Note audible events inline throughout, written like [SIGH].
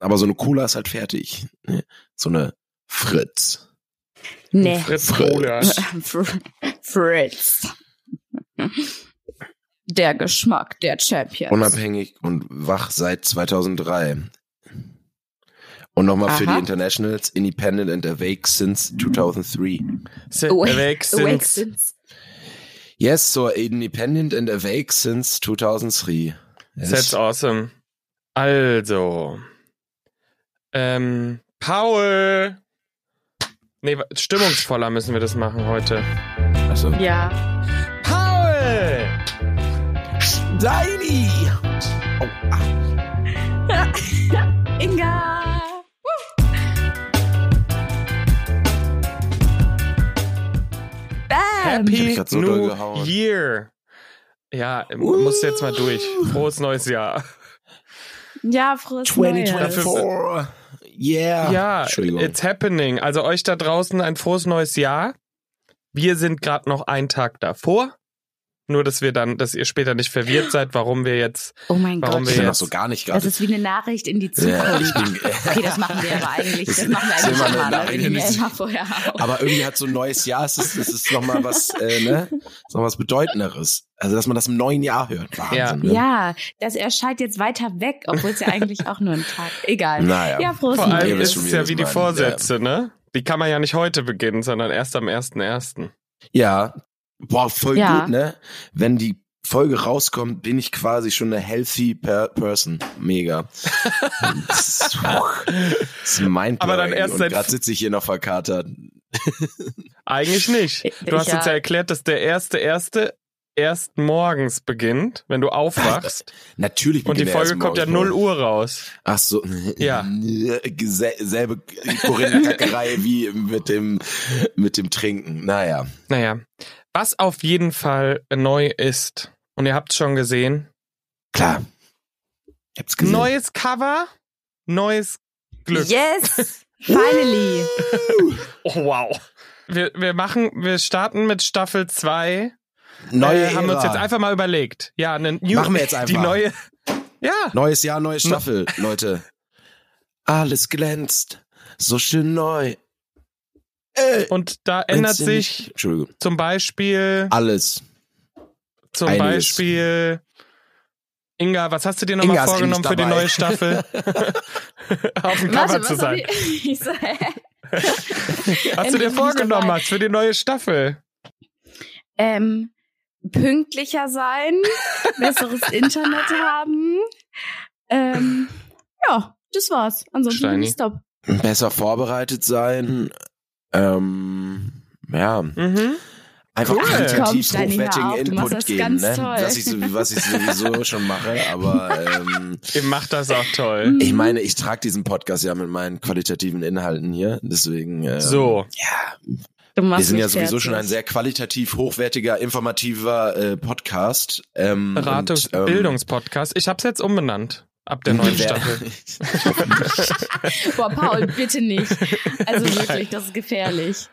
Aber so eine Cola ist halt fertig. ne? So eine Fritz. Nee. Fritz Fritz. [LAUGHS] [LAUGHS] Cola. Fr- Fritz. Der Geschmack der Champions. Unabhängig und wach seit 2003. Und nochmal für Aha. die Internationals, independent and awake since 2003. Sind Oh, Awake- weg, Awake sind. since- Yes, so independent and awake since 2003. Yes. That's awesome. Also. Ähm, Paul! Nee, wa- stimmungsvoller müssen wir das machen heute. Also, Ja. Paul! Deini! Inga! Ähm, Bam! Ich hab dich Happy grad so doll New gehauen. Year! Ja, m- Uh. muss jetzt mal durch. Frohes neues Jahr. Ja, frohes Neues. 2024. Yeah. ja, Entschuldigung. it's happening. Also euch da draußen ein frohes neues Jahr. Wir sind gerade noch einen Tag davor. Nur, dass wir dann, dass ihr später nicht verwirrt seid, warum wir jetzt. Oh mein Warum ich Gott. bin noch jetzt- so gar nicht Das gerade. ist wie eine Nachricht in die Ja, ich Zukunft. bin, Okay, das [LAUGHS] machen wir aber eigentlich. Das Das machen wir ist eigentlich immer eine immer, ne? Nachricht Wir in nehmen die ja immer Zukunft. vorher auf. aber irgendwie hat so ein neues Jahr, es ist, es ist nochmal was, äh, ne? Es ist noch was Bedeutenderes. Also, dass man das im neuen Jahr hört. Wahnsinn, Ja. Ne? Ja, das erscheint jetzt weiter weg, obwohl es ja eigentlich auch nur ein Tag. Egal. Naja. Ja, frohes Vor Ihr Neues. allem wisst ist schon, es wie ja wir wie die das meinen, Vorsätze, ne? Die kann man ja nicht heute beginnen, sondern erst am 1.1. Ja. Boah, voll Ja. gut, ne? Wenn die Folge rauskommt, bin ich quasi schon eine healthy per person. Mega. das ist, das ist mindblowing. [LAUGHS] Aber dann erst Und seit- gerade sitze ich hier noch verkatert. Eigentlich nicht. Du hast Ja. uns ja erklärt, dass der erste erste erst morgens beginnt, wenn [LAUGHS] du aufwachst. Natürlich Und die beginnt er erst Folge kommt ja morgens. 0 Uhr raus. Ach so. Ja. Sel- [LAUGHS] Selbe Korinthenkackerei [LAUGHS] wie mit dem, mit dem Trinken. Naja. Naja, was auf jeden Fall neu ist, und ihr habt es schon gesehen, Klar. Ich hab's gesehen. neues Cover, neues Glück. [LAUGHS] Yes! Finally! Oh, wow. Wir, wir machen, wir starten mit Staffel 2. Neue äh, haben Ära. uns jetzt einfach mal überlegt. Ja, eine New, Machen wir jetzt einfach. [LAUGHS] die neue. Ja, Neues Jahr, neue Staffel, Leute. Alles glänzt. So schön neu. Äh, und da wenn's ändert dir Nicht, sich Entschuldigung. zum Beispiel, Alles. zum einiges. Beispiel, Inga, was hast du dir Inga nochmal ist vorgenommen endlich für die dabei. [LAUGHS] neue Staffel? [LAUGHS] Auf dem Cover Warte, zu was hab sein. ich, [LAUGHS] ich so, hä? Hast du Endlich bin dir ich vorgenommen, dabei. hast für die neue Staffel? ähm, pünktlicher sein, [LAUGHS] besseres Internet haben. Ähm, ja, das war's. Ansonsten Steini. bin ich stopp. Besser vorbereitet sein. Ähm, ja. Mhm. Einfach Cool. Komm, qualitativ Steini, hör hochwertigen auf, du machst Input das geben, ganz ne? toll. Was ich, so- was ich [LAUGHS] sowieso schon mache, aber ähm, Ihr macht das auch Mm. toll. ich meine, ich trage diesen Podcast ja mit meinen qualitativen Inhalten hier, deswegen ähm, So, Du machst wir sind mich ja sowieso fertig. schon ein sehr qualitativ hochwertiger, informativer äh, Podcast. Ähm, Beratungs- und, ähm, Bildungspodcast. Ich hab's jetzt umbenannt. [LAUGHS] Ab der neuen wir- Staffel. [LAUGHS] Boah, Paul, bitte nicht. Also wirklich, das ist gefährlich.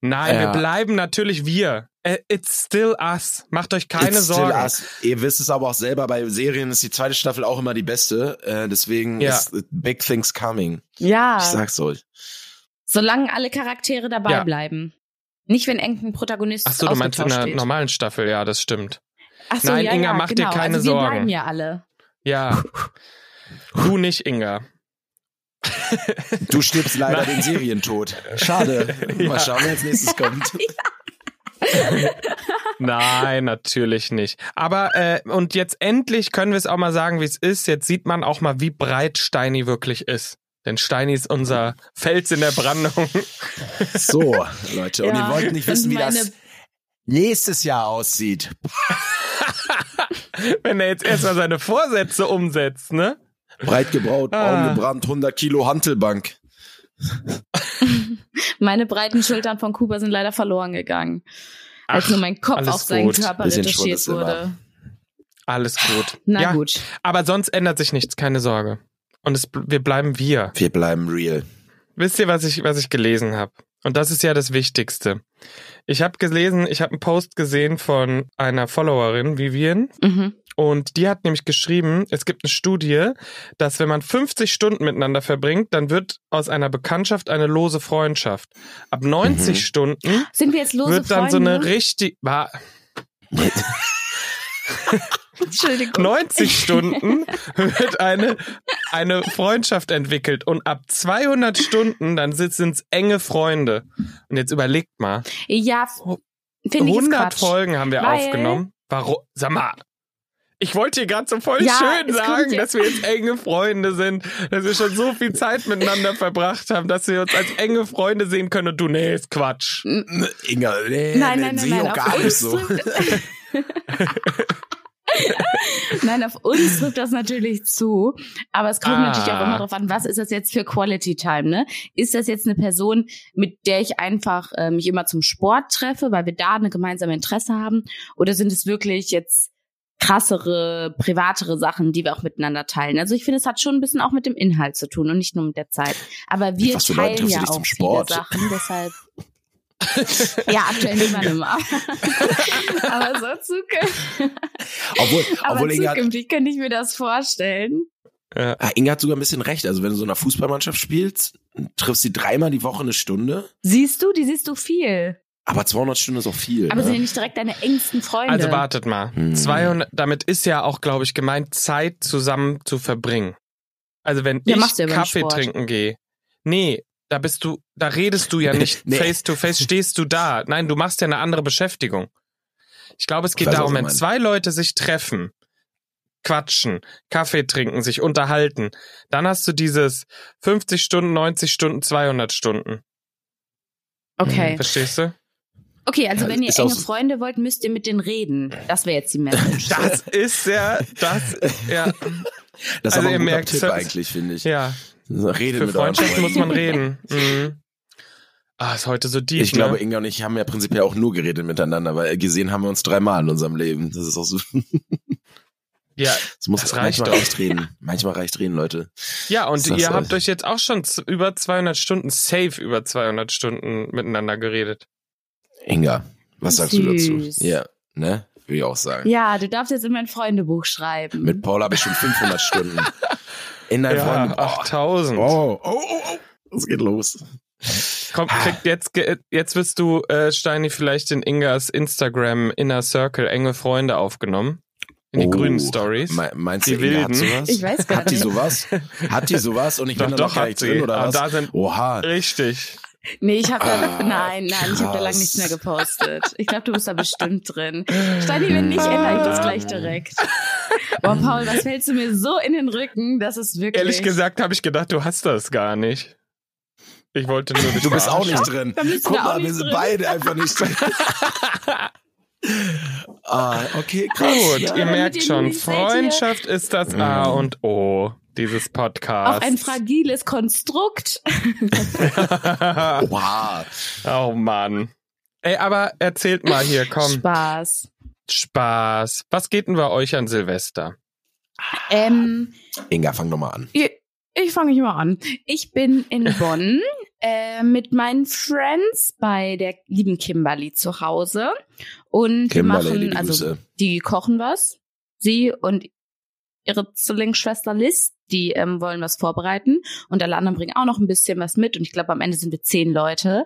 Nein, Ja. wir bleiben natürlich wir. Äh, It's still us. Macht euch keine It's still Sorgen. us. Ihr wisst es aber auch selber, bei Serien ist die zweite Staffel auch immer die beste. Äh, deswegen Ja. ist äh, Big Things Coming. Ich Ja, sag's euch. solange alle Charaktere dabei Ja. bleiben. Nicht, wenn irgendein Protagonist Ach so, du meinst in ausgetauscht einer steht. normalen Staffel, ja, das stimmt. Ach so, Nein, ja, Inga, ja, mach dir genau. keine also, wir Sorgen. bleiben ja alle. Ja. Du nicht, Inga. Du stirbst leider Nein. den Serientod. [LAUGHS] Schade. Ja. Mal schauen, wer als nächstes kommt. Nein, natürlich nicht. Aber äh, und jetzt endlich können wir es auch mal sagen, wie es ist. Jetzt sieht man auch mal, wie breit Steini wirklich ist. Denn Steini ist unser Fels in der Brandung. [LAUGHS] [LAUGHS] So, Leute. Und Ja. ihr wollt nicht wissen, Und wie das meine- nächstes Jahr aussieht. Wenn er jetzt erstmal seine Vorsätze umsetzt, ne? Breit gebraut, Ah. Augen gebrannt, 100 Kilo Hantelbank. Meine breiten Schultern von Kuba sind leider verloren gegangen. Als nur mein Kopf alles auf seinen gut. Körper Bisschen retuschiert Schwund ist wurde. Alles gut. Na ja, gut. Aber sonst ändert sich nichts, keine Sorge. Und es, bl- wir bleiben wir. Wir bleiben real. Wisst ihr, was ich, was ich gelesen habe? Und das ist ja das Wichtigste. Ich habe gelesen, ich habe einen Post gesehen von einer Followerin, Vivian, Mhm. Und die hat nämlich geschrieben, es gibt eine Studie, dass wenn man 50 Stunden miteinander verbringt, dann wird aus einer Bekanntschaft eine lose Freundschaft. Ab 90 Mhm. Stunden Sind wir jetzt lose wird dann so eine Freunde? richtig... Wa- [LAUGHS] Entschuldigung. 90 Stunden [LAUGHS] wird eine, eine Freundschaft entwickelt und ab 200 Stunden dann sind es enge Freunde. Und jetzt überlegt mal, Ja, f- finde ich ist 100 Quatsch. Folgen haben wir Weil- aufgenommen. Warum? Sag mal. Ich wollte hier gerade so voll Ja, schön es sagen, kommt ja- dass wir jetzt enge Freunde sind, dass wir schon so viel Zeit miteinander verbracht haben, dass wir uns als enge Freunde sehen können und du, nee, ist Quatsch. Inga, nee, Nein, nein, nee, nein, sehe ich nein. auch auf gar nicht uns so. drückt- [LAUGHS] nein, auf uns trifft das natürlich zu. Aber es kommt Ah. natürlich auch immer drauf an, was ist das jetzt für Quality Time, ne? Ist das jetzt eine Person, mit der ich einfach äh, mich immer zum Sport treffe, weil wir da eine gemeinsame Interesse haben? Oder sind es wirklich jetzt krassere, privatere Sachen, die wir auch miteinander teilen? Also ich finde, es hat schon ein bisschen auch mit dem Inhalt zu tun und nicht nur mit der Zeit. Aber wir Was für Leute teilen triffst du ja dich auch zum viele Sport? Sachen, [LAUGHS] deshalb. ja, aktuell niemandem. Aber so zukünftig. Obwohl, [LAUGHS] Aber obwohl Inga, hat, zukünftig könnte ich mir das vorstellen. Ja. Ah, Inga hat sogar ein bisschen recht. Also wenn du so in einer Fußballmannschaft spielst, triffst sie dreimal die Woche eine Stunde. Siehst du, die siehst du viel. Aber 200 Stunden ist auch viel. Aber sind ja ne? nicht direkt deine engsten Freunde. Also wartet mal. Hm. 200, damit ist ja auch, glaube ich, gemeint, Zeit zusammen zu verbringen. Also wenn Ja, ich machst du ja beim Kaffee Sport. trinken gehe. Nee, da bist du, da redest du ja nicht Nee. face to face, stehst du da. Nein, du machst ja eine andere Beschäftigung. Ich glaube, es Ich geht weiß, was darum, du wenn meinst. zwei Leute sich treffen, quatschen, Kaffee trinken, sich unterhalten, dann hast du dieses 50 Stunden, 90 Stunden, 200 Stunden. Okay. Verstehst du? Okay, also Mhm. Ja, wenn ihr ist auch enge so. Freunde wollt, müsst ihr mit denen reden. Das wäre jetzt [LAUGHS] die Message. Das ist ja, das, ja, das ist also aber ihr ein guter merkt, Tipp es- eigentlich, finde ich. ja. Rede Für mit euren Freundschaft muss Freunden. man reden. Mhm. Ah, ist heute so deep. Ich glaube, ne? Inga und ich haben ja prinzipiell auch nur geredet miteinander, weil äh, gesehen haben wir uns dreimal in unserem Leben. Das ist auch so. [LAUGHS] ja, Es muss Das reicht manchmal doch. reicht reden. Manchmal reicht reden, Leute. ja, und Das- ihr habt euch jetzt auch schon z- über 200 Stunden, safe über 200 Stunden miteinander geredet. Inga, was sagst du Süß. dazu? Ja, ne? Würde ich auch sagen. Ja, du darfst jetzt in mein Freundebuch schreiben. Mit Paul habe ich schon 500 Stunden. In deinem ja, Freund. 8000. Oh, oh, oh, oh. Es geht los. Komm, kriegt jetzt, ge- jetzt wirst du, äh, Steini, vielleicht in Ingas Instagram Inner Circle enge Freunde aufgenommen. In die Oh, grünen Stories. Me meinst Die du, Inga hat Wilden. sowas? Ich weiß gar Hat die nicht. sowas? Hat die sowas? Und ich Doch, bin da doch, noch gar hat nicht sie. drin, oder Ah, was? Oh. da sind, Oha. richtig. Nee, ich habe da Ah, nein, nein, ich habe da krass. lange nichts mehr gepostet. Ich glaube, du bist da bestimmt drin. Steini, Hm. wenn nicht, ändere ich das Ah. gleich direkt. Boah, Paul, was fällst du mir so in den Rücken? Das ist wirklich. Ehrlich gesagt habe ich gedacht, du hast das gar nicht. Ich wollte [LAUGHS] nur dich Du bist auch verarschen. nicht drin. Dann bist du Guck da auch mal, wir nicht sind drin. beide einfach nicht [LAUGHS] drin. ah, okay, krass. Ja. Gut, ihr damit merkt ihr schon, nicht seht hier. Freundschaft ist das A Mhm. und O dieses auch Podcasts. ein fragiles Konstrukt. Oha. [LAUGHS] oh Mann. Ey, aber erzählt mal hier, komm. Spaß. Spaß. Was geht denn bei euch an Silvester? Ähm, Inga, fang doch mal an. ich ich fange mich mal an. Ich bin in [LAUGHS] Bonn äh, mit meinen Friends bei der lieben Kimberly zu Hause. Und wir Kimberly, machen, liebe also Grüße. die kochen was. Sie und ihre Zwillingsschwester Liz, die ähm, wollen was vorbereiten. Und alle anderen bringen auch noch ein bisschen was mit. Und ich glaube, am Ende sind wir zehn Leute.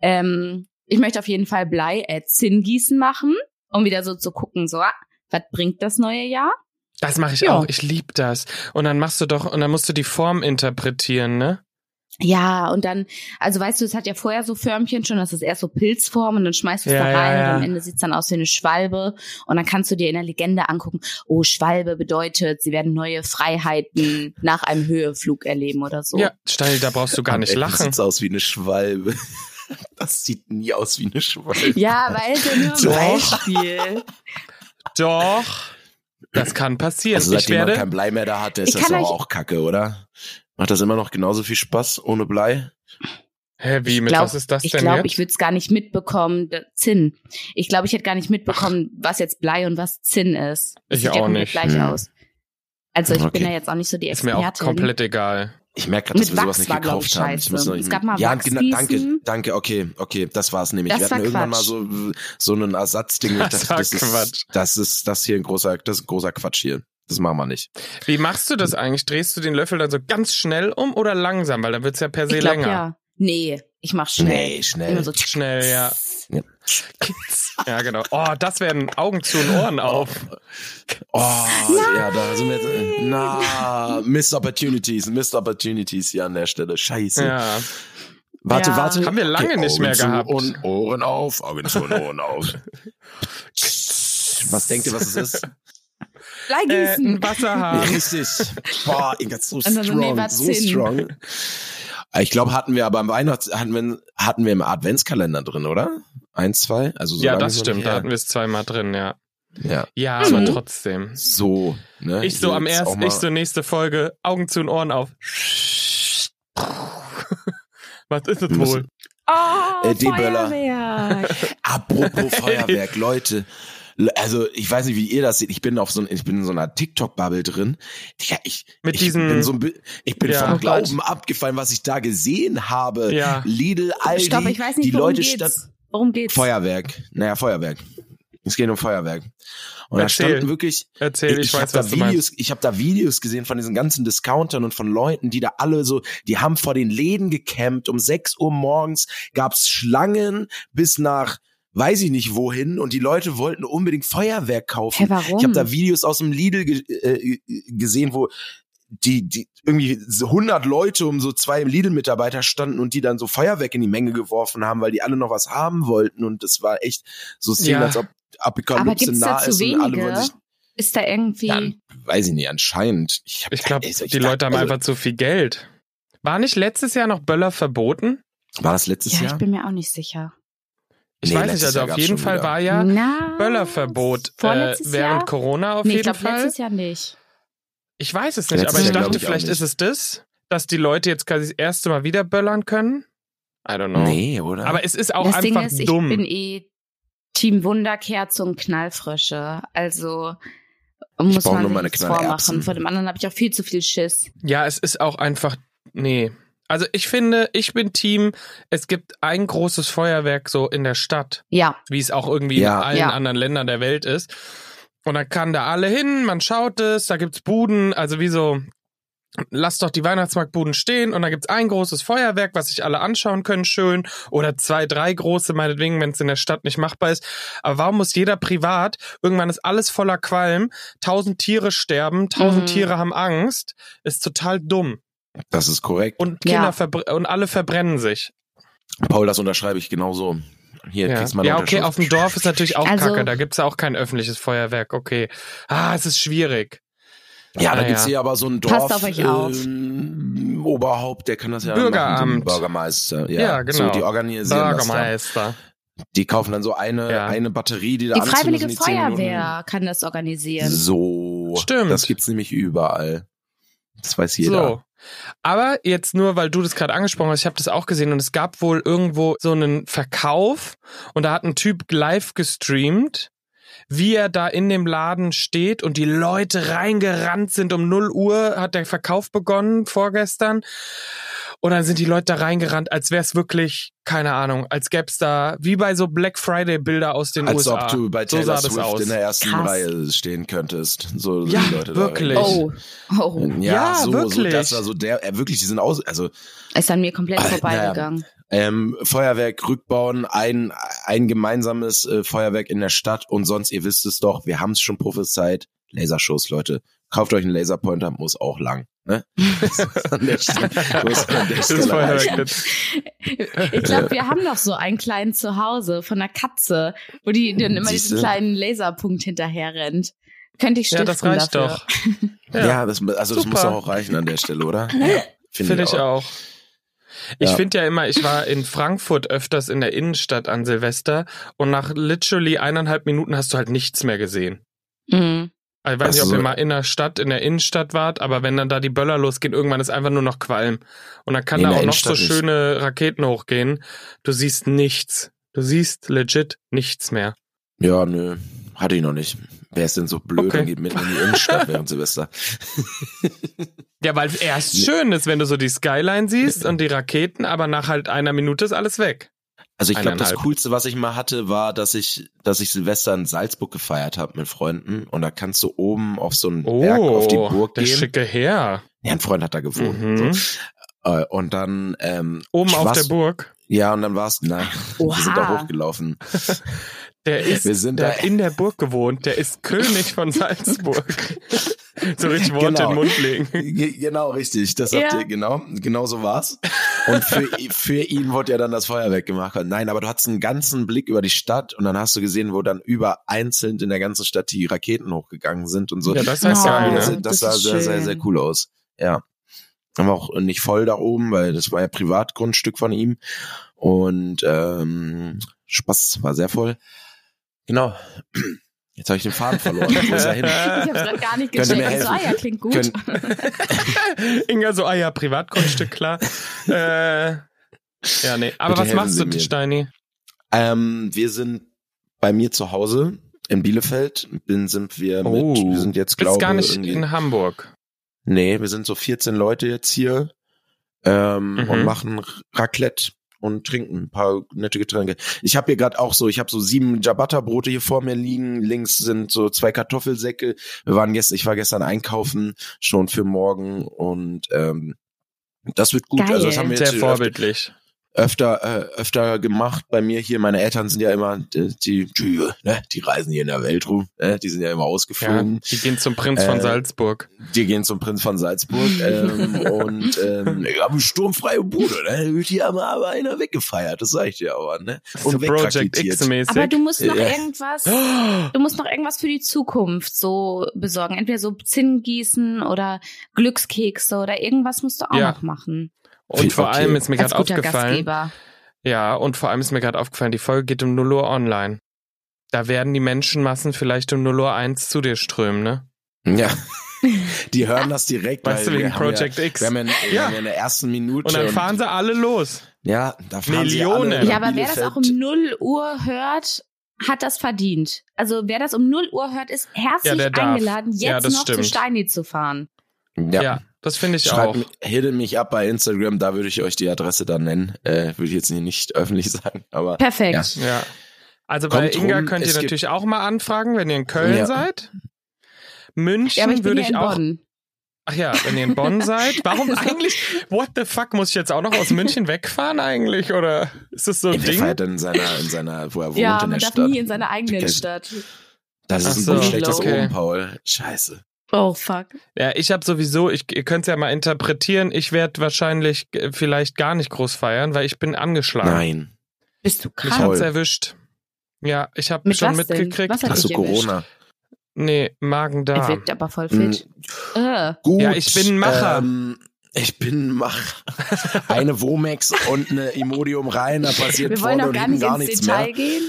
Ähm, ich möchte auf jeden Fall Blei äh, Zinngießen machen, um wieder so zu gucken, so, ah, was bringt das neue Jahr? Das mache ich Ja. auch. Ich lieb das. Und dann machst du doch, und dann musst du die Form interpretieren, ne? Ja, und dann, also weißt du, es hat ja vorher so Förmchen schon, das ist erst so Pilzform und dann schmeißt du es Ja, da ja, rein ja. und am Ende sieht's dann aus wie eine Schwalbe und dann kannst du dir in der Legende angucken, oh, Schwalbe bedeutet, sie werden neue Freiheiten nach einem Höheflug erleben oder Oh. so. Ja, Steini, da brauchst du gar nicht Das lachen. sieht aus wie eine Schwalbe. [LAUGHS] Das sieht nie aus wie eine Schwalbe. Ja, weil es ja nur ein Doch. Beispiel. Doch. Das kann passieren. Also ich seitdem man werde. kein Blei mehr da hat, Ich ist das kann aber euch- auch kacke, oder? Macht das immer noch genauso viel Spaß ohne Blei? Hä, wie? Mit glaub- was ist das Ich denn glaube, jetzt? ich würde es gar nicht mitbekommen, da- Zinn. Ich glaube, ich hätte gar nicht mitbekommen, was jetzt Blei und was Zinn ist. Das Ich sieht auch ja komplett nicht. gleich Hm. aus. Also ich Okay. bin da jetzt auch nicht so die ist mir auch Expertin. komplett egal. Ich merke gerade, dass Mit wir sowas Wachs nicht war, glaub gekauft ich, haben. Ich scheiße. muss noch, Es gab mal ja, Wachs genau, danke, gießen. danke, okay, okay, das war es nämlich. Das wir hatten war irgendwann Quatsch. mal so, so ein Ersatzding, wo ich Das dachte, war das Quatsch. ist, das ist, das hier ein großer, das ist ein großer Quatsch hier. Das machen wir nicht. Wie machst du das eigentlich? Drehst du den Löffel dann so ganz schnell um oder langsam? Weil dann wird's ja per se Ich glaube länger. ja. Nee, ich mach schnell. Nee, Immer schnell. so tsch- Schnell, ja. Ja. [LAUGHS] Ja, genau. Oh, das wären Augen zu und Ohren auf. Oh, ja, da sind wir jetzt, na, Missed Opportunities, Missed Opportunities hier an der Stelle. Scheiße. Ja. Warte, Ja. warte. Haben wir lange nicht mehr Augen gehabt. Zu und Ohren auf, Augen zu und Ohren [LAUGHS] auf. was denkt ihr, was es ist? Äh, Bleigießen. ein Wasserhahn. Richtig. Boah, Inga, so Und dann so, nee, strong, was so hin? strong. Äh, Ich glaube, hatten wir aber im Weihnachts, hatten wir, hatten wir im Adventskalender drin, oder? Eins, zwei? Also so ja, lange das ist noch nicht stimmt. Da hatten her. wir es zweimal drin, ja. Ja, Ja, Mhm. aber trotzdem. so, ne? Ich so am Jetzt auch ersten, mal- ich so nächste Folge, Augen zu und Ohren auf. [LAUGHS] Was ist es Wir wohl? müssen- oh, äh, die Böller. [LAUGHS] Feuerwerk. [LAUGHS] Apropos Feuerwerk, Leute. Le- Also, ich weiß nicht, wie ihr das seht. Ich bin auf so, ein, ich bin in so einer TikTok-Bubble drin. Digga, ich, Mit ich diesen- bin so ein, bi- ich bin Ja. vom Oh Gott. Glauben abgefallen, was ich da gesehen habe. Ja. Lidl, Aldi, Stopp, ich weiß die nicht, worum Leute geht's. statt Worum geht's? Feuerwerk. Naja, Feuerwerk. Es geht um Feuerwerk. Und da Erzähl. standen wirklich, Erzähl, ich, ich weiß, habe was da du meinst. Videos, ich habe da Videos gesehen von diesen ganzen Discountern und von Leuten, die da alle so, die haben vor den Läden gecampt. Um 6 Uhr morgens gab's Schlangen bis nach weiß ich nicht wohin und die Leute wollten unbedingt Feuerwerk kaufen. Hä, warum? Ich habe Hm. da Videos aus dem Lidl ge äh, äh, gesehen, wo die, die irgendwie so 100 Leute um so zwei Lidl-Mitarbeiter standen und die dann so Feuerwerk in die Menge geworfen haben, weil die alle noch was haben wollten und das war echt so Szenen, Ja. als ob Apokalypse gibt's da nah zu ist und alle wenige? wollen sich Ist da irgendwie. dann weiß ich nicht, anscheinend. Ich, hab Ich da- glaube, also, die Leute haben also, einfach zu viel Geld. War nicht letztes Jahr noch Böller verboten? War das letztes ja, ich Jahr? bin mir auch nicht sicher. Ich Nee, weiß nicht, letztes also Jahr auf gab's jeden schon Fall wieder. war ja Na, Böllerverbot äh, Hm. vorletztes während Jahr? Corona auf nee, ich jeden glaube, Fall. letztes Jahr nicht. Ich weiß es nicht, Letztes aber ich Jahr glaub dachte, ich auch vielleicht nicht. ist es das, dass die Leute jetzt quasi das erste Mal wieder böllern können. I don't know. Nee, ne? oder? Aber es ist auch das Ding einfach ist, dumm. ich bin eh Team Wunderkerze und Knallfrösche. Also muss brauch man nur sich meine nichts Knallerbsen. vormachen. Vor dem anderen habe ich auch viel zu viel Schiss. Ja, es ist auch einfach. Nee. Also ich finde, ich bin Team, es gibt ein großes Feuerwerk so in der Stadt, Ja, wie es auch irgendwie Ja. in allen Ja. anderen Ländern der Welt ist. Und dann kann da alle hin, man schaut es, da gibt's Buden, also wie so, lass doch die Weihnachtsmarktbuden stehen und da gibt's ein großes Feuerwerk, was sich alle anschauen können, schön. Oder zwei, drei große, meinetwegen, wenn es in der Stadt nicht machbar ist. Aber warum muss jeder privat, irgendwann ist alles voller Qualm, tausend Tiere sterben, tausend Mhm. Tiere haben Angst, ist total dumm. das ist korrekt. Und Ja. Kinder verbr- und alle verbrennen sich. Paul, das unterschreibe ich genauso. Hier, Ja, kriegst mal ja okay, auf dem Dorf ist natürlich auch Also- Kacke, da gibt's ja auch kein öffentliches Feuerwerk, okay. Ah, es ist schwierig. Ja, da Ah, gibt's ja. hier aber so ein Dorf. Passt auf euch auf. Ähm, Oberhaupt, der kann das ja Bürgeramt. machen, so ein Bürgermeister. Ja, Ja, So, genau. die organisieren das dann. Bürgermeister. Die kaufen dann so eine, Ja. eine Batterie, die da die anzünden, Freiwillige die zehn Minuten- Feuerwehr kann das organisieren. So. Stimmt. Das gibt's nämlich überall. Das weiß jeder. So. Aber jetzt nur, weil du das gerade angesprochen hast, ich habe das auch gesehen und es gab wohl irgendwo so einen Verkauf und da hat ein Typ live gestreamt, wie er da in dem Laden steht und die Leute reingerannt sind. Um 0 Uhr hat der Verkauf begonnen vorgestern und dann sind die Leute da reingerannt, als wär's wirklich, keine Ahnung, als gäb's da, wie bei so Black Friday Bilder aus den Als USA. ob du bei so sah Taylor das Swift aus. in der ersten Krass. Reihe stehen könntest. So Ja, sind die Leute wirklich. Da Oh, oh, Ja, Ja, so, so, wirklich. das war so der, äh, wirklich, die sind aus, also, ist an mir komplett Ah, vorbeigegangen. ähm, Feuerwerk rückbauen, ein, ein gemeinsames äh, Feuerwerk in der Stadt und sonst, ihr wisst es doch, wir haben es schon prophezeit, Lasershows, Leute. Kauft euch einen Laserpointer, muss auch lang. [LAUGHS] Ne? an der Stelle- muss an der Das Stelle Feuerwerk. reichen. Das- Ich glaube, wir haben doch so einen kleinen Zuhause von einer Katze, wo die dann immer Siehste? diesen kleinen Laserpunkt hinterher rennt. Könnte ich Ja, stiften das reicht dafür. doch. Ja, das, also das Super. muss doch auch reichen an der Stelle, oder? Ja, Finde ich auch. Ich Ja. finde ja immer, ich war in Frankfurt öfters in der Innenstadt an Silvester und nach literally eineinhalb Minuten hast du halt nichts mehr gesehen. Mhm. Also Ich weiß Ach nicht, ob so. ihr mal in der Stadt, in der Innenstadt wart, aber wenn dann da die Böller losgehen, irgendwann ist einfach nur noch Qualm. Und dann kann Nee, da in auch der noch so Innenstadt nicht. schöne Raketen hochgehen. Du siehst nichts. Du siehst legit nichts mehr. Ja, nö. Hatte ich noch nicht. Wer ist denn so blöd Okay. und geht mitten in die Innenstadt [LAUGHS] während Silvester? Ja, weil erst schön ist, wenn du so die Skyline siehst und die Raketen, aber nach halt einer Minute ist alles weg. Also ich glaube, das Eineinhalb. Coolste, was ich mal hatte, war, dass ich, dass ich Silvester in Salzburg gefeiert habe mit Freunden. Und da kannst du oben auf so einen Berg auf die Burg Oh, der gehen. schicke Herr. Ja, ein Freund hat da gewohnt. Mhm. So. Äh, Und dann ähm, Oben ich auf der war's- Burg. Ja, und dann war's. Na, wir sind da Oha. hochgelaufen. Der [LAUGHS] ist, Wir sind der da- hat in der Burg gewohnt. Der ist König [LAUGHS] von Salzburg. so richtig Worte in Genau. den Mund legen. Ge- Genau, richtig. Das habt Ja. ihr, genau. Genau so war's. Und für, für ihn wurde ja dann das Feuer weggemacht. Nein, aber du hattest einen ganzen Blick über die Stadt und dann hast du gesehen, wo dann über einzeln in der ganzen Stadt die Raketen hochgegangen sind und so. Ja, das ist ja das, geil, sah, ne? Ah, das, Das sah ist sehr, sehr, schön. sehr cool aus. Ja. Haben wir auch nicht voll da oben, weil das war ja Privatgrundstück von ihm. Und ähm, Spaß war sehr voll. Genau. Jetzt habe ich den Faden verloren. Wo ist er [LAUGHS] hin? Ich hab's grad gar [LAUGHS] nicht Könnt ihr mir gecheckt. Ich so, ah helfen? ja, klingt gut. Könnt- Inga so, ah ja, [LAUGHS] Privatgrundstück, klar. äh, ja, nee. Aber Bitte was helfen machst Sie du, mir. Steini? Ähm, wir sind bei mir zu Hause in Bielefeld. Bin, sind wir Oh. mit, wir sind jetzt, Bist glaube gar nicht irgendwie- in Hamburg. nee, wir sind so 14 Leute jetzt hier ähm, Mhm. und machen Raclette und trinken ein paar nette Getränke. Ich habe hier gerade auch so, ich habe so sieben Ciabatta-Brote hier vor mir liegen. Links sind so zwei Kartoffelsäcke. Wir waren gestern, ich war gestern einkaufen schon für morgen und ähm, das wird gut. Geil. Also das haben wir Sehr jetzt öfter- vorbildlich. öfter äh, öfter gemacht bei mir hier. Meine Eltern sind ja immer die, die, die, ne? die reisen hier in der Welt rum, ne? die sind ja immer Ja, ausgeflogen. die gehen zum Prinz von Äh, Salzburg. Die gehen zum Prinz von Salzburg [LAUGHS] ähm, und ähm, ich habe sturmfreie Bude, ne? Wird hier aber, aber einer weggefeiert, das sag ich dir aber, ne? So Und Project wegraketiert. Aber du X-mäßig. musst noch Ja. irgendwas, du musst noch irgendwas für die Zukunft so besorgen. Entweder so Zinn gießen oder Glückskekse oder irgendwas musst du auch Ja. noch machen. Und vor Okay. allem ist mir Als gerade guter aufgefallen, Gastgeber. Ja, und vor allem ist mir gerade aufgefallen, die Folge geht um 0 Uhr online. Da werden die Menschenmassen vielleicht um 0 Uhr 1 zu dir strömen, ne? Ja. [LAUGHS] Die hören das direkt. weil Weißt du, wegen wir haben Project ja, X. Wir haben ja, wir Ja. haben ja in der ersten Minute. Und dann fahren sie alle los. Ja, da fahren Sie Millionen. alle Ja, aber wer das auch um Bielefeld. 0 Uhr hört, hat das verdient. Also wer das um 0 Uhr hört, ist Ja, herzlich der darf. eingeladen, jetzt Ja, das noch zu stimmt. Steini zu fahren. Ja, Ja. das finde ich Schreibt auch. mi- hittet mich ab bei Instagram, da würde ich euch die Adresse dann nennen. Äh, würde ich jetzt nicht [LAUGHS] öffentlich sagen, aber Perfekt. Ja. Ja. Also bei Kommt Inga rum, könnt ihr es gibt- natürlich auch mal anfragen, wenn ihr in Köln Ja. seid. München Ja, aber ich bin würde ja ich in auch. Bonn. Also- Ach ja, wenn ihr [LAUGHS] in Bonn seid. Warum eigentlich? What the fuck? Muss ich jetzt auch noch aus München wegfahren eigentlich? Oder ist das so ein ey, wer Ding? feiert denn in seiner, in seiner, wo er wohnt Ja, in der man darf Stadt? nie in seiner eigenen Das- Stadt. Das Ach ist so, ein schlechtes okay. Omen, Paul. Scheiße. Oh fuck. Ja, ich habe sowieso, ich, ihr könnt's ja mal interpretieren, ich werde wahrscheinlich äh, vielleicht gar nicht groß feiern, weil ich bin angeschlagen. Nein. Bist du Mich krank? Toll. hat's erwischt. Ja, ich habe Mit schon was denn? mitgekriegt. Was hat- Hast du dich Corona? nee, Er Magen-Darm. wirkt aber voll Mm, fit. Äh. Gut. Ja, ich bin ein Macher. Ähm, ich bin ein Macher. [LAUGHS] Eine Womex und eine Imodium rein, da passiert Wir wollen vorne doch und gar hinten nicht gar ins nichts Detail mehr. gehen.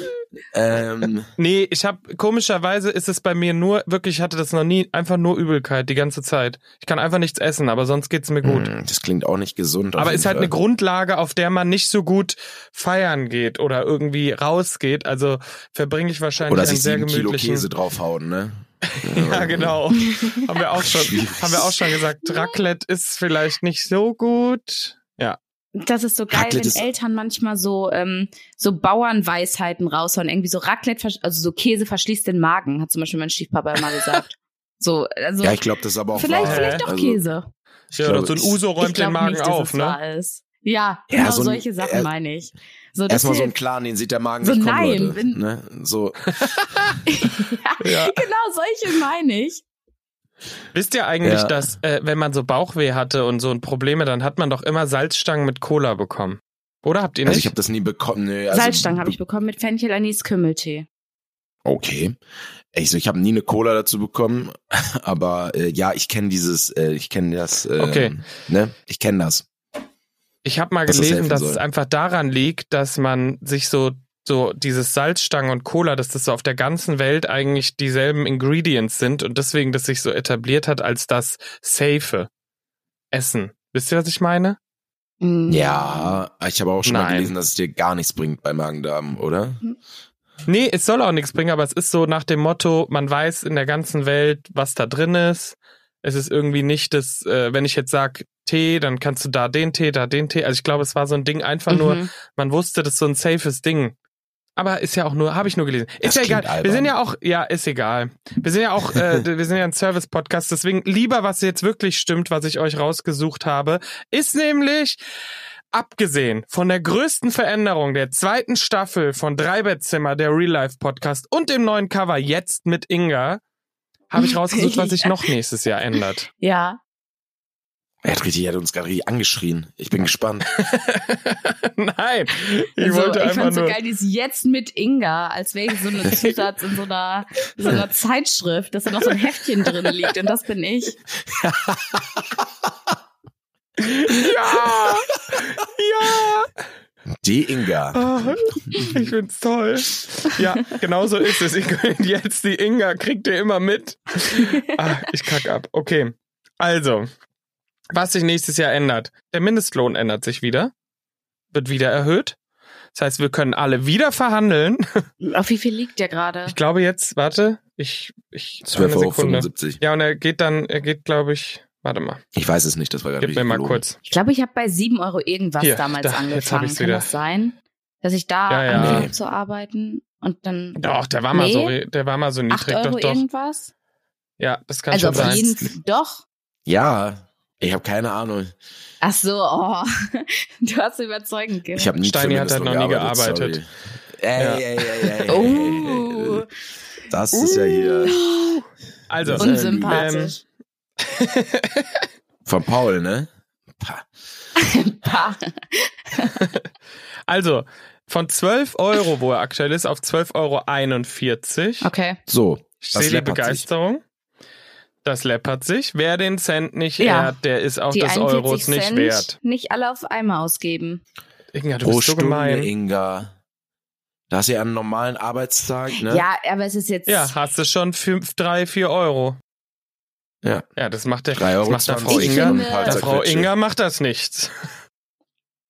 Ähm, Nee, ich habe komischerweise ist es bei mir nur wirklich, ich hatte das noch nie, einfach nur Übelkeit die ganze Zeit. Ich kann einfach nichts essen, aber sonst geht's mir [LAUGHS] gut. mh, Hm, das klingt auch nicht gesund. auf Aber jeden ist halt Fall. eine Grundlage, auf der man nicht so gut feiern geht oder irgendwie rausgeht. Also verbringe ich wahrscheinlich Oder einen sich sehr sieben Kilo gemütlichen. Käse draufhauen, ne? [LAUGHS] Ja, genau. haben wir auch schon, Schwierig. haben wir auch schon gesagt, Raclette ist vielleicht nicht so gut. Ja. Das ist so geil, Raclette ist- wenn Eltern manchmal so, ähm, so Bauernweisheiten raushauen. Irgendwie so Raclette, versch- also so Käse verschließt den Magen, hat zum Beispiel mein Stiefpapa immer [LAUGHS] gesagt. So, also Ja, ich glaube, das ist aber auch vielleicht, wahr. vielleicht doch Also, Käse. ich Ja, glaube, so ein ich- Uso ich räumt glaub den Magen nicht, dass auf, es ne? wahr ist. Ja, Ja, genau so ein- solche Sachen er- meine ich. So, das Erstmal so [LAUGHS] einen hilft. klaren, den sieht der Magen So nicht kommen, nein, Leute. wenn- Ne? So, Ja. [LAUGHS] genau solche meine ich. Wisst ihr eigentlich, Ja. dass äh, wenn man so Bauchweh hatte und so ein Probleme, dann hat man doch immer Salzstangen mit Cola bekommen. Oder habt ihr also ich nicht? habe das nie bekommen. Nö, also, Salzstangen habe ich bekommen mit Fenchel, Anis, Kümmeltee. Okay. Ich, so, ich habe nie eine Cola dazu bekommen, [LAUGHS] aber äh, ja, ich kenne dieses, äh, ich kenne das. Äh, Okay. Ne? Ich kenne das. Ich habe mal dass das gelesen, helfen dass soll. es einfach daran liegt, dass man sich so so dieses Salzstangen und Cola, dass das so auf der ganzen Welt eigentlich dieselben Ingredients sind und deswegen das sich so etabliert hat als das safe Essen. Wisst ihr, was ich meine? Mm. Ja, ich habe auch schon mal Nein. gelesen, dass es dir gar nichts bringt bei Magen-Darm, oder? Nee, es soll auch nichts bringen, aber es ist so nach dem Motto, man weiß in der ganzen Welt, was da drin ist. Es ist irgendwie nicht das, äh, wenn ich jetzt sag Tee, dann kannst du da den Tee, da den Tee. Also ich glaube, es war so ein Ding einfach nur, Mhm. man wusste, das ist so ein safes Ding. Aber ist ja auch nur, habe ich nur gelesen. Das Ist ja klingt egal. Wir albern. sind ja auch, ja, ist egal. Wir sind ja auch, [LAUGHS] äh, wir sind ja ein Service-Podcast, deswegen lieber, was jetzt wirklich stimmt, was ich euch rausgesucht habe, ist nämlich, abgesehen von der größten Veränderung der zweiten Staffel von Dreibettzimmer, der Real-Life-Podcast und dem neuen Cover jetzt mit Inga, habe ich rausgesucht, [LAUGHS] was sich noch nächstes Jahr ändert. [LAUGHS] Ja. Er hat, richtig, er hat uns gerade richtig angeschrien. Ich bin [LAUGHS] gespannt. Nein, ich Also, wollte ich einfach fand's so nur. geil, die ist jetzt mit Inga, als wäre ich so [LAUGHS] eine Zusatz in so einer, so einer Zeitschrift, dass da noch so ein Heftchen drin liegt und das bin ich. [LAUGHS] Ja, ja. Die Inga. Ah, [LAUGHS] ich find's toll. Ja, genau so ist es. Ich könnte jetzt die Inga, kriegt ihr immer mit. Ah, ich kack ab. Okay. Also, was sich nächstes Jahr ändert. Der Mindestlohn ändert sich wieder. Wird wieder erhöht. Das heißt, wir können alle wieder verhandeln. Auf wie viel liegt der gerade? Ich glaube jetzt, warte, ich, ich, eine 12,75 Sekunde. Euro. Ja, und er geht dann, er geht, glaube ich, warte mal, Ich weiß es nicht, das war gerade gib mir richtig mal gelogen. kurz. Ich glaube, ich habe bei 7 Euro irgendwas Hier, damals da, jetzt hab angefangen. ich's Kann wieder. das sein? Dass ich da Ja, ja. angefangen Nee. hab zu arbeiten und dann Doch, der war mal Nee. so, re- der war mal so 8 niedrig, Euro doch, doch. irgendwas? Ja, das kann Also auf schon sein. jeden Fall. Doch. Ja, ich habe keine Ahnung. Ach so, oh. [LAUGHS] du hast überzeugend Ich gearbeitet. habe nie Steini für hat halt Mindestlohn noch nie gearbeitet. Sorry. Ey, Ja. ey, ey, ey, ey, ey, Oh, ey. Das ist ja Uh. hier Also, Und- unsympathisch. von Paul, ne? Pah. Pah. Also, von 12 Euro, wo er aktuell ist, auf 12,41 Euro. Okay. So, Ich das sehe die läppert sich. Begeisterung. Das läppert sich. Wer den Cent nicht Ja. ehrt, der ist auch Die des 41 Euros Cent nicht wert. nicht alle auf einmal ausgeben. Inga, du pro bist so Stunde, gemein. Inga. Da hast du ja einen normalen Arbeitstag, ne? Ja, aber es ist jetzt. Ja, hast du schon 5, 3, 4 Euro. Ja. Ja, das macht der, Drei das Euro macht der Frau Ich Inga. finde- der Frau Inga macht das nichts.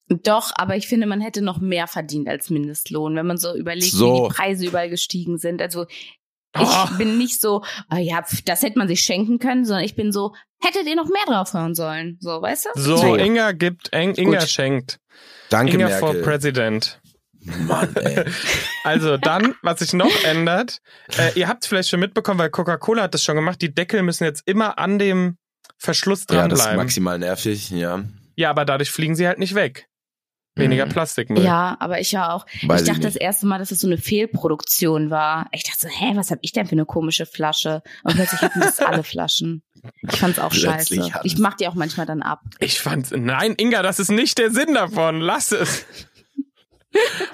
Doch, aber ich finde, man hätte noch mehr verdient als Mindestlohn, wenn man so überlegt, So. wie die Preise überall gestiegen sind. Also ich Oh. bin nicht so, oh ja, pf, das hätte man sich schenken können, sondern ich bin so, hättet ihr noch mehr drauf hören sollen. So, weißt du? So, So. Inga gibt, Eng- Inga Gut. schenkt. Danke, Inga for Merkel. President. Mann, [LAUGHS] ey. Also dann, was sich noch ändert, äh, ihr habt es vielleicht schon mitbekommen, weil Coca-Cola hat das schon gemacht, die Deckel müssen jetzt immer an dem Verschluss Ja, das ist dranbleiben. Ja, maximal nervig, ja. aber dadurch fliegen sie halt nicht weg. Weniger Mhm. Plastikmüll. Ja, aber ich ja auch. Weiß ich dachte nicht. das erste Mal, dass es so eine Fehlproduktion war. Ich dachte so, hä, was hab ich denn für eine komische Flasche? Und plötzlich hatten das [LAUGHS] alle Flaschen. Ich fand's auch Plötzlich scheiße. hatten's- Ich mach die auch manchmal dann ab. Ich fand's. Nein, Inga, das ist nicht der Sinn davon. Lass es.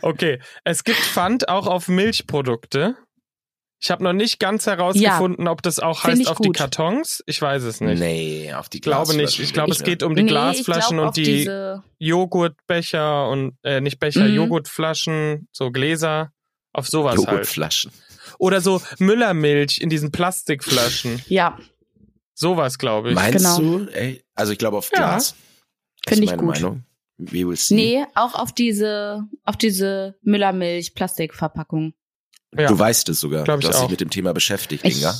Okay, es gibt Pfand auch auf Milchprodukte. Ich habe noch nicht ganz herausgefunden, ob das auch Find heißt ich auf die gut. Kartons. Ich weiß es nicht. Nee, auf die Ich glaube Glasflaschen nicht. Ich glaube, es nicht, geht um die Nee, ich Glasflaschen glaub, und auf die Diese, Joghurtbecher und äh, nicht Becher, Mhm. Joghurtflaschen, so Gläser, auf ja. sowas halt. Joghurtflaschen. Oder so Müllermilch in [LAUGHS] diesen Plastikflaschen. ja, sowas, glaube ich. Meinst Genau. du? Ey, also ich glaube auf Ja. Glas. Das Finde ist ich meine gut. Meinung. We will see. Nee, auch auf diese, auf diese Müllermilch-Plastikverpackung. ja. Du weißt es sogar. Glaub ich du hast auch. dich mit dem Thema beschäftigt, Ich Inga.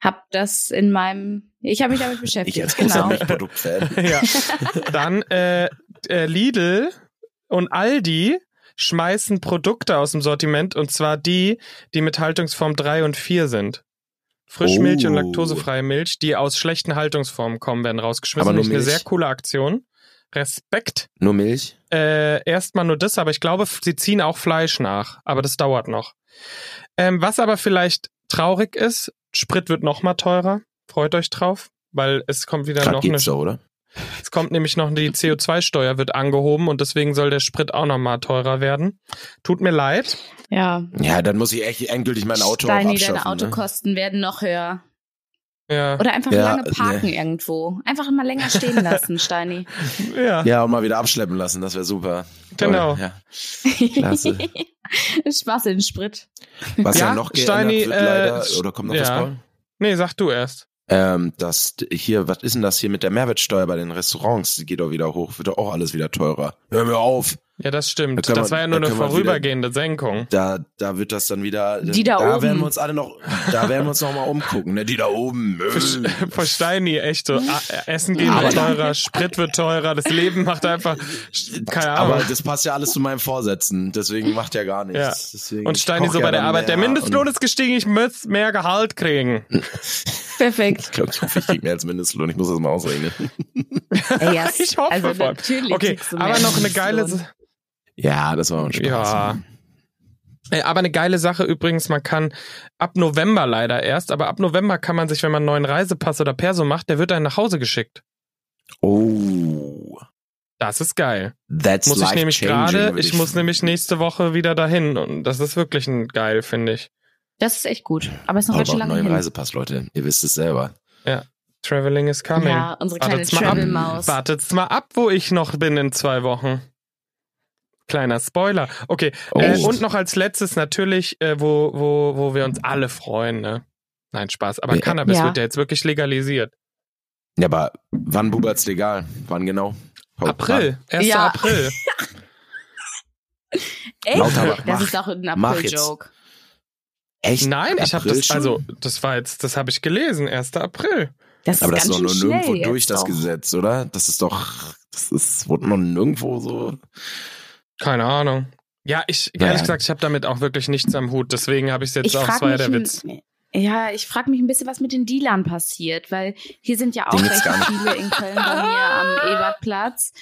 hab das in meinem, ich habe mich damit beschäftigt. Ich als großer genau. [LAUGHS] Milchproduktfan. [LAUGHS] [LAUGHS] ja. Dann äh, äh, Lidl und Aldi schmeißen Produkte aus dem Sortiment und zwar die, die mit Haltungsform 3 und 4 sind. Frischmilch Oh. und laktosefreie Milch, die aus schlechten Haltungsformen kommen, werden rausgeschmissen. Aber nur Finde ich eine Milch? sehr coole Aktion. Respekt. Nur Milch? Äh, erstmal nur das, aber ich glaube, f- sie ziehen auch Fleisch nach, aber das dauert noch. Ähm, was aber vielleicht traurig ist, Sprit wird noch mal teurer. Freut euch drauf, weil es kommt wieder Gerade noch eine geht's doch, oder? es kommt nämlich noch die CO2-Steuer wird angehoben und deswegen soll der Sprit auch nochmal teurer werden. Tut mir leid. Ja. Ja, dann muss ich echt endgültig mein Auto auch Steini, abschaffen. ne? deine Autokosten werden noch höher. Ja, Oder einfach Ja, lange parken irgendwo. Einfach mal länger stehen lassen, Steini. ja, ne? Ja, und mal wieder abschleppen lassen, das wäre super. Toll, genau. Ja. Klasse. [LAUGHS] Spaß in den Sprit. Was ja, Ja, noch geändert Steini, wird leider, äh, st- oder kommt noch ja. was, Paul? Nee, sag du erst. Ähm, das d- hier, was ist denn das hier mit der Mehrwertsteuer bei den Restaurants? Die geht doch wieder hoch, wird doch auch alles wieder teurer. Hör mir auf. Ja, das Da stimmt. kann man- das war ja nur da eine kann man wieder- vorübergehende Senkung. Da, da wird das dann wieder. Die da oben. werden wir uns alle noch, da werden wir uns noch mal umgucken. Ne? Die da oben. äh. [LAUGHS] Verstein die echt so. Ah, Essen gehen Aber- wird teurer, Sprit wird teurer, das Leben macht einfach keine Ahnung. Aber das passt ja alles zu meinem Vorsätzen. Deswegen macht ja gar Ja. nichts. Deswegen, Und ich Steini koch so ja bei der dann Arbeit. Der mehr Mindestlohn und- ist gestiegen, ich muss mehr Gehalt kriegen. Perfekt. [LAUGHS] Ich glaube, ich hoffe, ich kriege mehr als Mindestlohn. Ich muss das mal [LAUGHS] ausrechnen. Ey, [LAUGHS] ja, Ich hoffe also vor allem. natürlich Okay, kriegst du mehr aber noch eine geile, Mindestlohn. Ja, das war mal ein Spaß. Ja. Äh, Aber eine geile Sache übrigens, man kann ab November leider erst, aber ab November kann man sich, wenn man einen neuen Reisepass oder Perso macht, der wird dann nach Hause geschickt. Oh. Das ist geil. That's muss ich life nämlich changing, gerade, würde ich muss nämlich nächste Woche wieder dahin und das ist wirklich ein geil, finde ich. Das ist echt gut. Aber es ist noch Paul braucht ganz schön einen lange neuen hin. Reisepass, Leute. Ihr wisst es selber. Traveling is coming. Ja, unsere kleine Wartet's mal ab. Travel-Maus. Wartet's mal ab, wo ich noch bin in zwei Wochen. Kleiner Spoiler. Okay, Oh. äh, und noch als letztes natürlich, äh, wo, wo, wo wir uns alle freuen, ne? Nein, Spaß. Aber Ja. Cannabis Ja. wird ja jetzt wirklich legalisiert. Ja, aber wann bubert's legal? Wann genau? Paul, April. 1. [LAUGHS] Ja. April. Echt? Lauterbach, das mach- ist doch ein mach April-Joke. wann? Echt? Nein, ich habe April das, schon? also, das war jetzt, das habe ich gelesen, 1. April. Das Aber das ist ist doch ganz nur schön nirgendwo schnell jetzt durch das doch. Gesetz, oder? Das ist doch, das ist, wurde noch nirgendwo so. Keine Ahnung. Ja, ich, Naja. ehrlich gesagt, ich habe damit auch wirklich nichts am Hut, deswegen habe ich es jetzt Ich auch, das frage war ja mich, der ein- Witz. ja, ich frage mich ein bisschen, was mit den Dealern passiert, weil hier sind ja auch Den gibt's recht gar nicht. viele in Köln bei mir [LAUGHS] am Ebertplatz.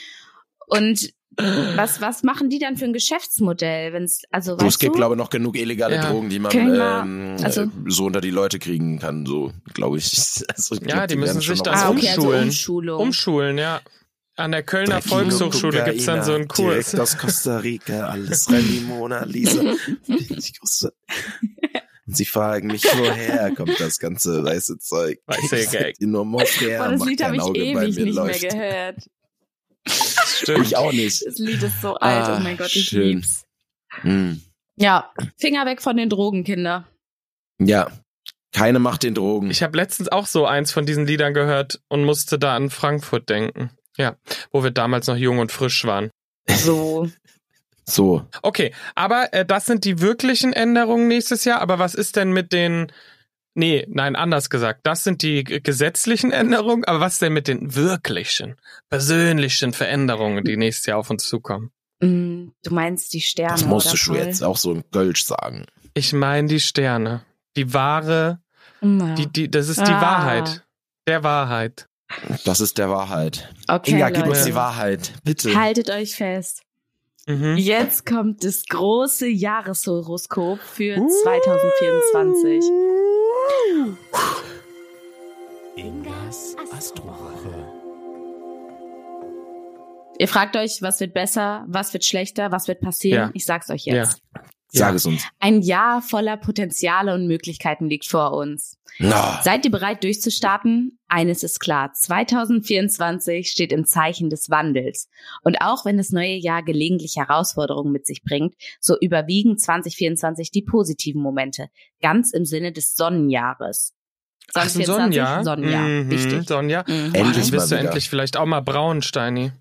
Und was, was machen die dann für ein Geschäftsmodell, wenn es, also, Du, es weißt gibt, du? glaube ich, noch genug illegale Ja. Drogen, die man Können wir- ähm, also- äh, so unter die Leute kriegen kann, so, glaube ich. [LAUGHS] Also, ich um Ja, glaub, die müssen werden schon sich noch da was ah, okay, also Umschulen. Umschulung. Umschulen, ja. An der Drei Kölner Kilo Volkshochschule gibt's dann so einen Kokaina, Kurs. Direkt aus Costa Rica, alles rein die Mona Lisa. Ich grüße. Und sie fragen mich, woher kommt das ganze weiße Zeug? Weiße Ich sag Gag. dir nur Moffer, Boah, das macht Lied habe kein ich Auge bei ewig mir nicht läuft. mehr gehört. [LAUGHS] Stimmt. Ich auch nicht. Das Lied ist so alt, Ah, oh mein Gott, ich schön. lieb's. Hm. Ja, Finger weg von den Drogen, Kinder. Ja, keine macht den Drogen. Ich habe letztens auch so eins von diesen Liedern gehört und musste da an Frankfurt denken. Ja, wo wir damals noch jung und frisch waren. [LAUGHS] So. so, Okay, aber äh, das sind die wirklichen Änderungen nächstes Jahr. Aber was ist denn mit den... Nee, nein, anders gesagt. Das sind die g- gesetzlichen Änderungen. Aber was denn mit den wirklichen, persönlichen Veränderungen, die nächstes Jahr auf uns zukommen? Mm, Du meinst die Sterne. das musst oder du schon Paul? jetzt auch so in Gölsch sagen. Ich meine die Sterne. Die wahre... Ja. Die, die, das ist die Ah. Wahrheit. Der Wahrheit. Das ist der Wahrheit. okay, Inga, Leute. Halt, gib uns die Wahrheit, bitte. Haltet euch fest. Mhm. Jetzt kommt das große Jahreshoroskop für Uh. 2024. Ingas Astrowoche. Ihr fragt euch, was wird besser, was wird schlechter, was wird passieren? Ja. Ich sag's euch jetzt. Sag Ja. es uns. Ein Jahr voller Potenziale und Möglichkeiten liegt vor uns. Na, Seid ihr bereit durchzustarten? Eines ist klar, 2024 steht im Zeichen des Wandels. Und auch wenn das neue Jahr gelegentlich Herausforderungen mit sich bringt, so überwiegen 2024 die positiven Momente, ganz im Sinne des Sonnenjahres. Ach, ist ein Sonja. Sonnenjahr, Mhm. wichtig. Sonja. Mhm. Endlich Endlich dann bist mal du wieder. endlich vielleicht auch mal braun, Steini.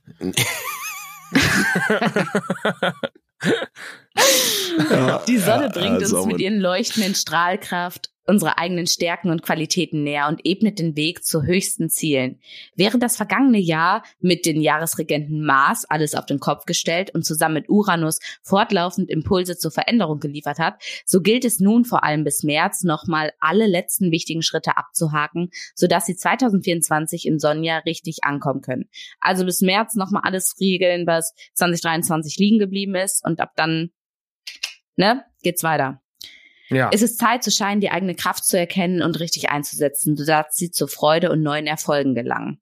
Die Sonne Ja, bringt also uns mit mit- ihren leuchtenden Strahlkraft unsere eigenen Stärken und Qualitäten näher und ebnet den Weg zu höchsten Zielen. Während das vergangene Jahr mit den Jahresregenten Mars alles auf den Kopf gestellt und zusammen mit Uranus fortlaufend Impulse zur Veränderung geliefert hat, so gilt es nun vor allem bis März nochmal alle letzten wichtigen Schritte abzuhaken, sodass sie 2024 im Sonnenjahr richtig ankommen können. Also bis März nochmal alles regeln, was 2023 liegen geblieben ist und ab dann ne, geht's weiter. Ja. Es ist Zeit zu scheinen, die eigene Kraft zu erkennen und richtig einzusetzen, sodass sie zur Freude und neuen Erfolgen gelangen.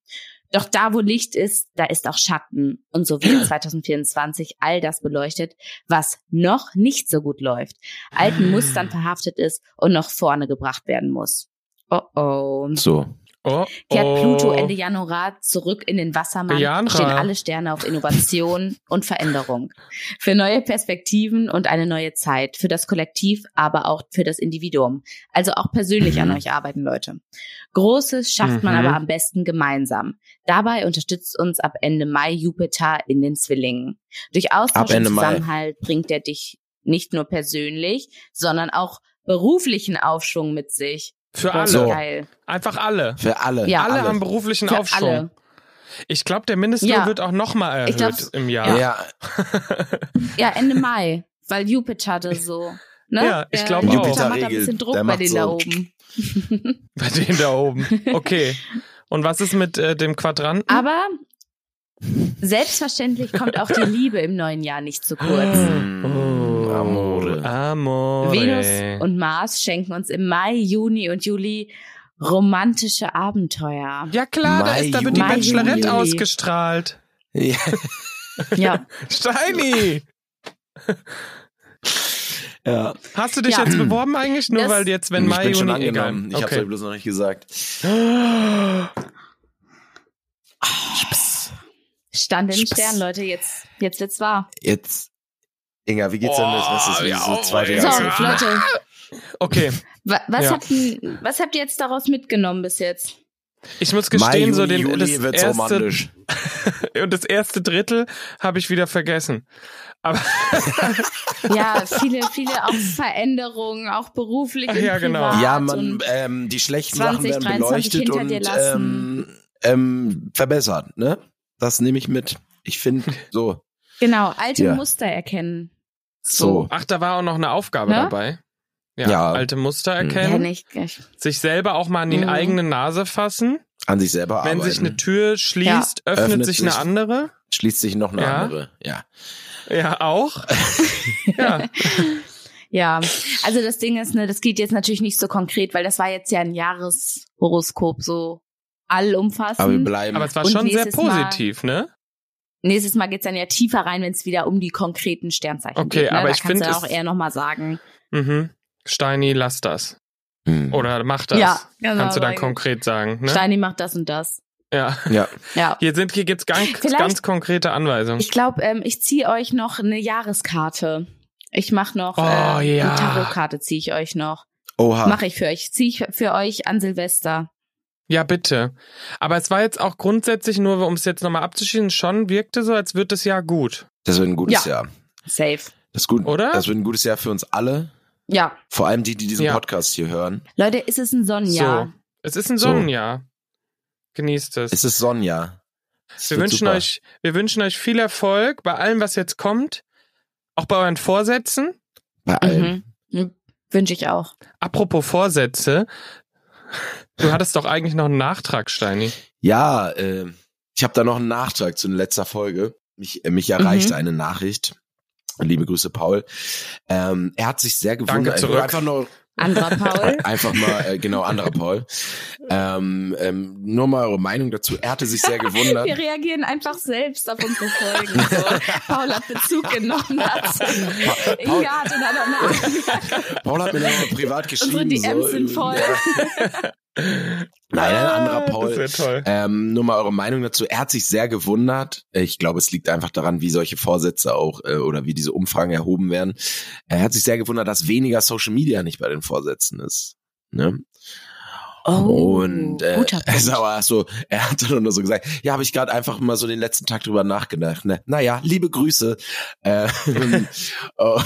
Doch da, wo Licht ist, da ist auch Schatten. Und so wird 2024 all das beleuchtet, was noch nicht so gut läuft, alten Mustern verhaftet ist und noch vorne gebracht werden muss. Oh oh. So, Oh, Kehrt oh. Pluto Ende Januar zurück in den Wassermann, Januar. stehen alle Sterne auf [LAUGHS] Innovation und Veränderung. Für neue Perspektiven und eine neue Zeit. Für das Kollektiv, aber auch für das Individuum. Also auch persönlich an Mhm. euch arbeiten, Leute. Großes schafft man Mhm. aber am besten gemeinsam. Dabei unterstützt uns ab Ende Mai Jupiter in den Zwillingen. Durch Austausch Ab und Ende Mai. Zusammenhalt bringt er dich nicht nur persönlich, sondern auch beruflichen Aufschwung mit sich. Für Boah, alle. So. Geil. Einfach alle. Für alle. Ja. alle, alle. haben beruflichen Für Aufschwung. alle. Ich glaube, der Mindestlohn Ja. wird auch nochmal Ich erhöht glaub's- im Jahr. Ja, Ja, Ja, Ende Mai, weil Jupiter hatte so. Ne? Ja, ich Der glaub auch. Jupiter macht Jupiter ein bisschen regelt. Druck Der bei macht denen so. da oben. [LAUGHS] bei denen da [LAUGHS] oben. Okay. Und was ist mit äh, dem Quadranten? Aber selbstverständlich kommt auch [LAUGHS] die Liebe im neuen Jahr nicht zu kurz. Mm, Amore. Oh. Amore. Venus und Mars schenken uns im Mai, Juni und Juli romantische [LAUGHS] Abenteuer. ja klar, da, Mai, ist, da wird die Juni. Bachelorette Mai, Juni. ausgestrahlt. Ja. Ja, Steini, ja. hast du dich Ja. jetzt beworben eigentlich? Nur Das- weil jetzt, wenn ich Mai, bin schon Juni, angenommen. egal. Ich hab's halt euch bloß noch nicht gesagt. stand in den Spaß. Sternen, Leute, jetzt, jetzt wird's wahr. Jetzt, Inga, wie geht's denn los? Was ist Oh, denn ja, so zweite ja. So, Jahreszeit? Sorry. Leute, Okay, wa- was, Ja. habt, ihr- was habt ihr jetzt daraus mitgenommen bis [LAUGHS] jetzt? ich muss Mai, gestehen, Juni, so den, Juli das, wird's erste, romantisch. [LAUGHS] und das erste Drittel habe ich wieder vergessen. Aber Ja, viele, viele auch Veränderungen, auch beruflich und Ja, genau. privat Ja, und- man, ähm, die schlechten 20, Sachen werden 23 beleuchtet hinter und dir lassen. ähm, ähm, verbessert, ne? Das nehme ich mit. Ich finde, so, Genau, alte Ja. Muster erkennen. so. ach, da war auch noch eine Aufgabe Ne? dabei. Ja, Ja. alte Muster Mhm. Ja, erkennen, nicht. nicht. sich selber auch mal an die Mhm. eigene Nase fassen. An sich selber Wenn arbeiten. sich eine Tür schließt, öffnet, Öffnet sich, sich- eine andere. Schließt sich noch eine Ja. andere. Ja. [LAUGHS] Ja, auch. ja. Ja, also das Ding ist, ne, das geht jetzt natürlich nicht so konkret, weil das war jetzt ja ein Jahreshoroskop so allumfassend. Aber wir bleiben. Aber es war Und schon sehr nächstes Mal- positiv, ne? Nächstes Mal geht's dann ja tiefer rein, wenn es wieder um die konkreten Sternzeichen Okay, geht. Ne? aber da ich kannst find, du auch es- eher nochmal sagen. Mhm. Steini, lass das. Hm. Oder mach das. Ja, genau, Kannst du dann sagen. konkret sagen, ne? Steini macht das und das. Ja. Ja. Ja. Hier, sind, hier gibt's ganz, Vielleicht- ganz konkrete Anweisungen. Ich glaube, ähm, ich ziehe euch noch eine Jahreskarte. Ich mache noch Oh, äh, ja. eine Tarotkarte ziehe ich euch noch. Oha. Mache ich für euch. Ziehe ich für euch an Silvester. Ja, bitte. Aber es war jetzt auch grundsätzlich, nur um es jetzt nochmal abzuschieben, schon wirkte so, als wird das Jahr gut. Das wird ein gutes Jahr. Safe. Das, ist gut, Oder? das wird ein gutes Jahr für uns alle. Ja. Vor allem die, die diesen Ja. Podcast hier hören. Leute, ist es ein Sonnenjahr? So. Es ist ein So. Sonnenjahr. Genießt es. Es ist Sonja. wir, wünschen euch, wir wünschen euch viel Erfolg bei allem, was jetzt kommt. Auch bei euren Vorsätzen. bei allem. Mhm. Mhm. Wünsche ich auch. Apropos Vorsätze, du hattest doch eigentlich noch einen Nachtrag, Steini. Ja, äh, ich habe da noch einen Nachtrag zu letzter Folge. Mich, äh, mich erreichte Mhm. eine Nachricht. Liebe Grüße, Paul. Ähm, er hat sich sehr gewundert. Danke zurück. Einfach nur, [LAUGHS] Anderer Paul. Einfach mal, äh, genau, anderer Paul. Ähm, ähm, nur mal eure Meinung dazu. Er hatte sich sehr gewundert. [LAUGHS] Wir reagieren einfach selbst auf unsere [LAUGHS] Folgen. So. Paul hat Bezug genommen dazu. Paul- Inga hat in einer Nachricht. Paul hat mir dann mal privat geschrieben. Unsere DMs so, sind äh, voll. Ah, Nein, ein anderer Paul. Ah, Das wäre toll. Ähm, nur mal eure Meinung dazu. Er hat sich sehr gewundert. Ich glaube, es liegt einfach daran, wie solche Vorsätze auch äh, oder wie diese Umfragen erhoben werden. Er hat sich sehr gewundert, dass weniger Social Media nicht bei den Vorsätzen ist. Ne? Und äh, [LAUGHS] Oh, guter also, Punkt. aber so, er hat dann nur so gesagt, ja, habe ich gerade einfach mal so den letzten Tag drüber nachgedacht. Ne? Naja, liebe Grüße. [LAUGHS] Ähm, oh,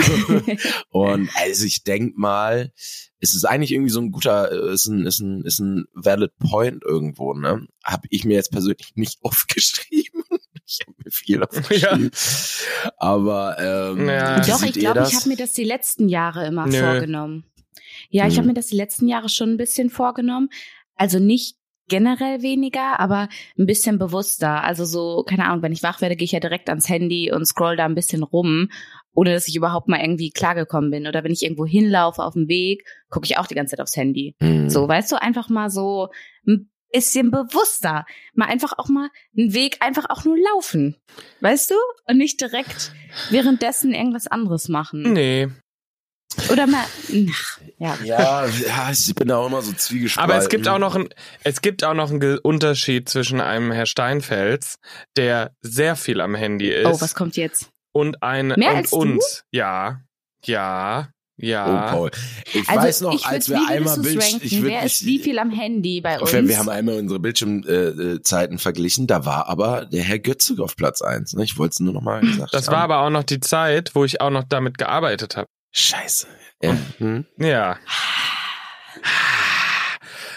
und also ich denk mal, es ist eigentlich irgendwie so ein guter, äh, ist ein, ist ein, ist ein valid point irgendwo, ne? Habe ich mir jetzt persönlich nicht [LAUGHS] aufgeschrieben. Ich habe mir viel aufgeschrieben. Aber ähm, Ja. wie Doch, ich seht ihr glaube, ich das? habe mir das die letzten Jahre immer Nö. vorgenommen. Ja, ich Hm. habe mir das die letzten Jahre schon ein bisschen vorgenommen. Also nicht generell weniger, aber ein bisschen bewusster. Also so, keine Ahnung, wenn ich wach werde, gehe ich ja direkt ans Handy und scroll da ein bisschen rum, ohne dass ich überhaupt mal irgendwie klargekommen bin. Oder wenn ich irgendwo hinlaufe auf dem Weg, gucke ich auch die ganze Zeit aufs Handy. Hm. So, weißt du, einfach mal so ein bisschen bewusster. Mal einfach auch mal einen Weg einfach auch nur laufen. Ähm, Weißt du? Und nicht direkt währenddessen irgendwas anderes machen. Nee. Oder mal, ach, ja. Ja, ja, ich bin da auch immer so zwiegespalten. Aber es gibt auch noch ein, es gibt auch noch einen Ge- Unterschied zwischen einem Herr Steinfels, der sehr viel am Handy ist, Oh, was kommt jetzt? und ein Mehr und als du? uns. Ja, ja, ja. Oh, Paul. Ich Ah. Also weiß noch, ich als würd's wir wie einmal würdest du's Bildschirm. ranken? Ich würd Wer ist nicht- wie viel am Handy bei uns? Wir haben einmal unsere Bildschirmzeiten verglichen, da war aber der Herr Götzig auf Platz eins. Ne? Ich wollte es nur nochmal Hm, gesagt Das haben. war aber auch noch die Zeit, wo ich auch noch damit gearbeitet habe. Scheiße. Ja. Hm? Ja.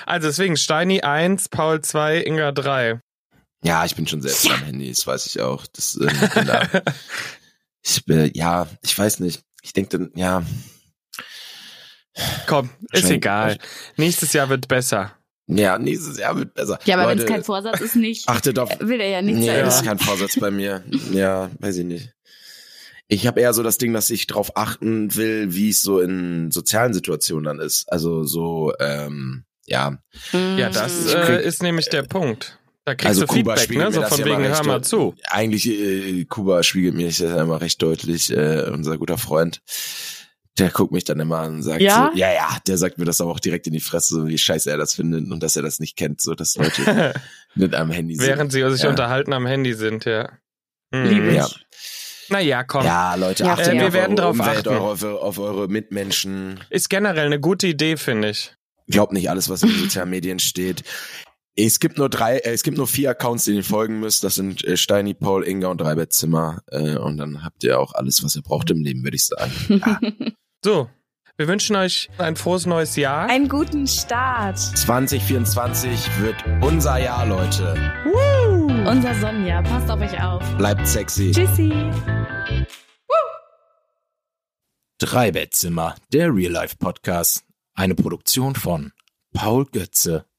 Also deswegen Steini 1, Paul 2, Inga 3. ja, ich bin schon selbst am Handy, das weiß ich auch. Das, ähm, ich bin [LAUGHS] da, ich bin, ja, ich weiß nicht. Ich denke dann, ja, Komm, ist Wahrscheinlich- egal. Nächstes Jahr wird besser. ja, nächstes Jahr wird besser. ja, aber wenn Leute, es kein Vorsatz ist, nicht. Achtet auf, Will er ja nichts Nee, sagen. das ist kein Vorsatz bei mir. Ja, weiß ich nicht. Ich habe eher so das Ding, dass ich drauf achten will, wie es so in sozialen Situationen dann ist. Also so, ähm, ja. Mhm. Mm. Ja, das Ich äh, krieg- ist nämlich der Punkt. Da kriegst Also du Kuba Feedback, spiegelt ne? mir So das von ja wegen, mal hör recht mal deut- zu. [LAUGHS] Eigentlich, äh, Kuba spiegelt mir das ja immer recht deutlich. Äh, unser guter Freund, der guckt mich dann immer an und sagt Ja? so, ja, ja, der sagt mir das aber auch direkt in die Fresse, so wie scheiße er das findet und dass er das nicht kennt, so dass [LAUGHS] Leute mit am Handy sind. Während sie sich Ja. unterhalten am Handy sind, ja. Liebe Mhm. ja. ich. Naja, komm. ja, Leute, Ja, achtet äh, wir auf werden eure drauf Umwelt, achten. auf eure, auf eure Mitmenschen. Ist generell eine gute Idee, finde ich. glaubt nicht alles, was in den sozialen Medien steht. Es gibt nur drei, äh, es gibt nur vier Accounts, denen ihr folgen müsst. Das sind äh, Steini, Paul, Inga und Dreibettzimmer. Äh, und dann habt ihr auch alles, was ihr braucht im Leben, würde ich sagen. So, wir wünschen euch ein frohes neues Jahr. Einen guten Start. 2024 wird unser Jahr, Leute. Unser Sonja, passt auf euch auf. Bleibt sexy. Tschüssi. Dreibettzimmer, der Real Life Podcast. Eine Produktion von Paul Götze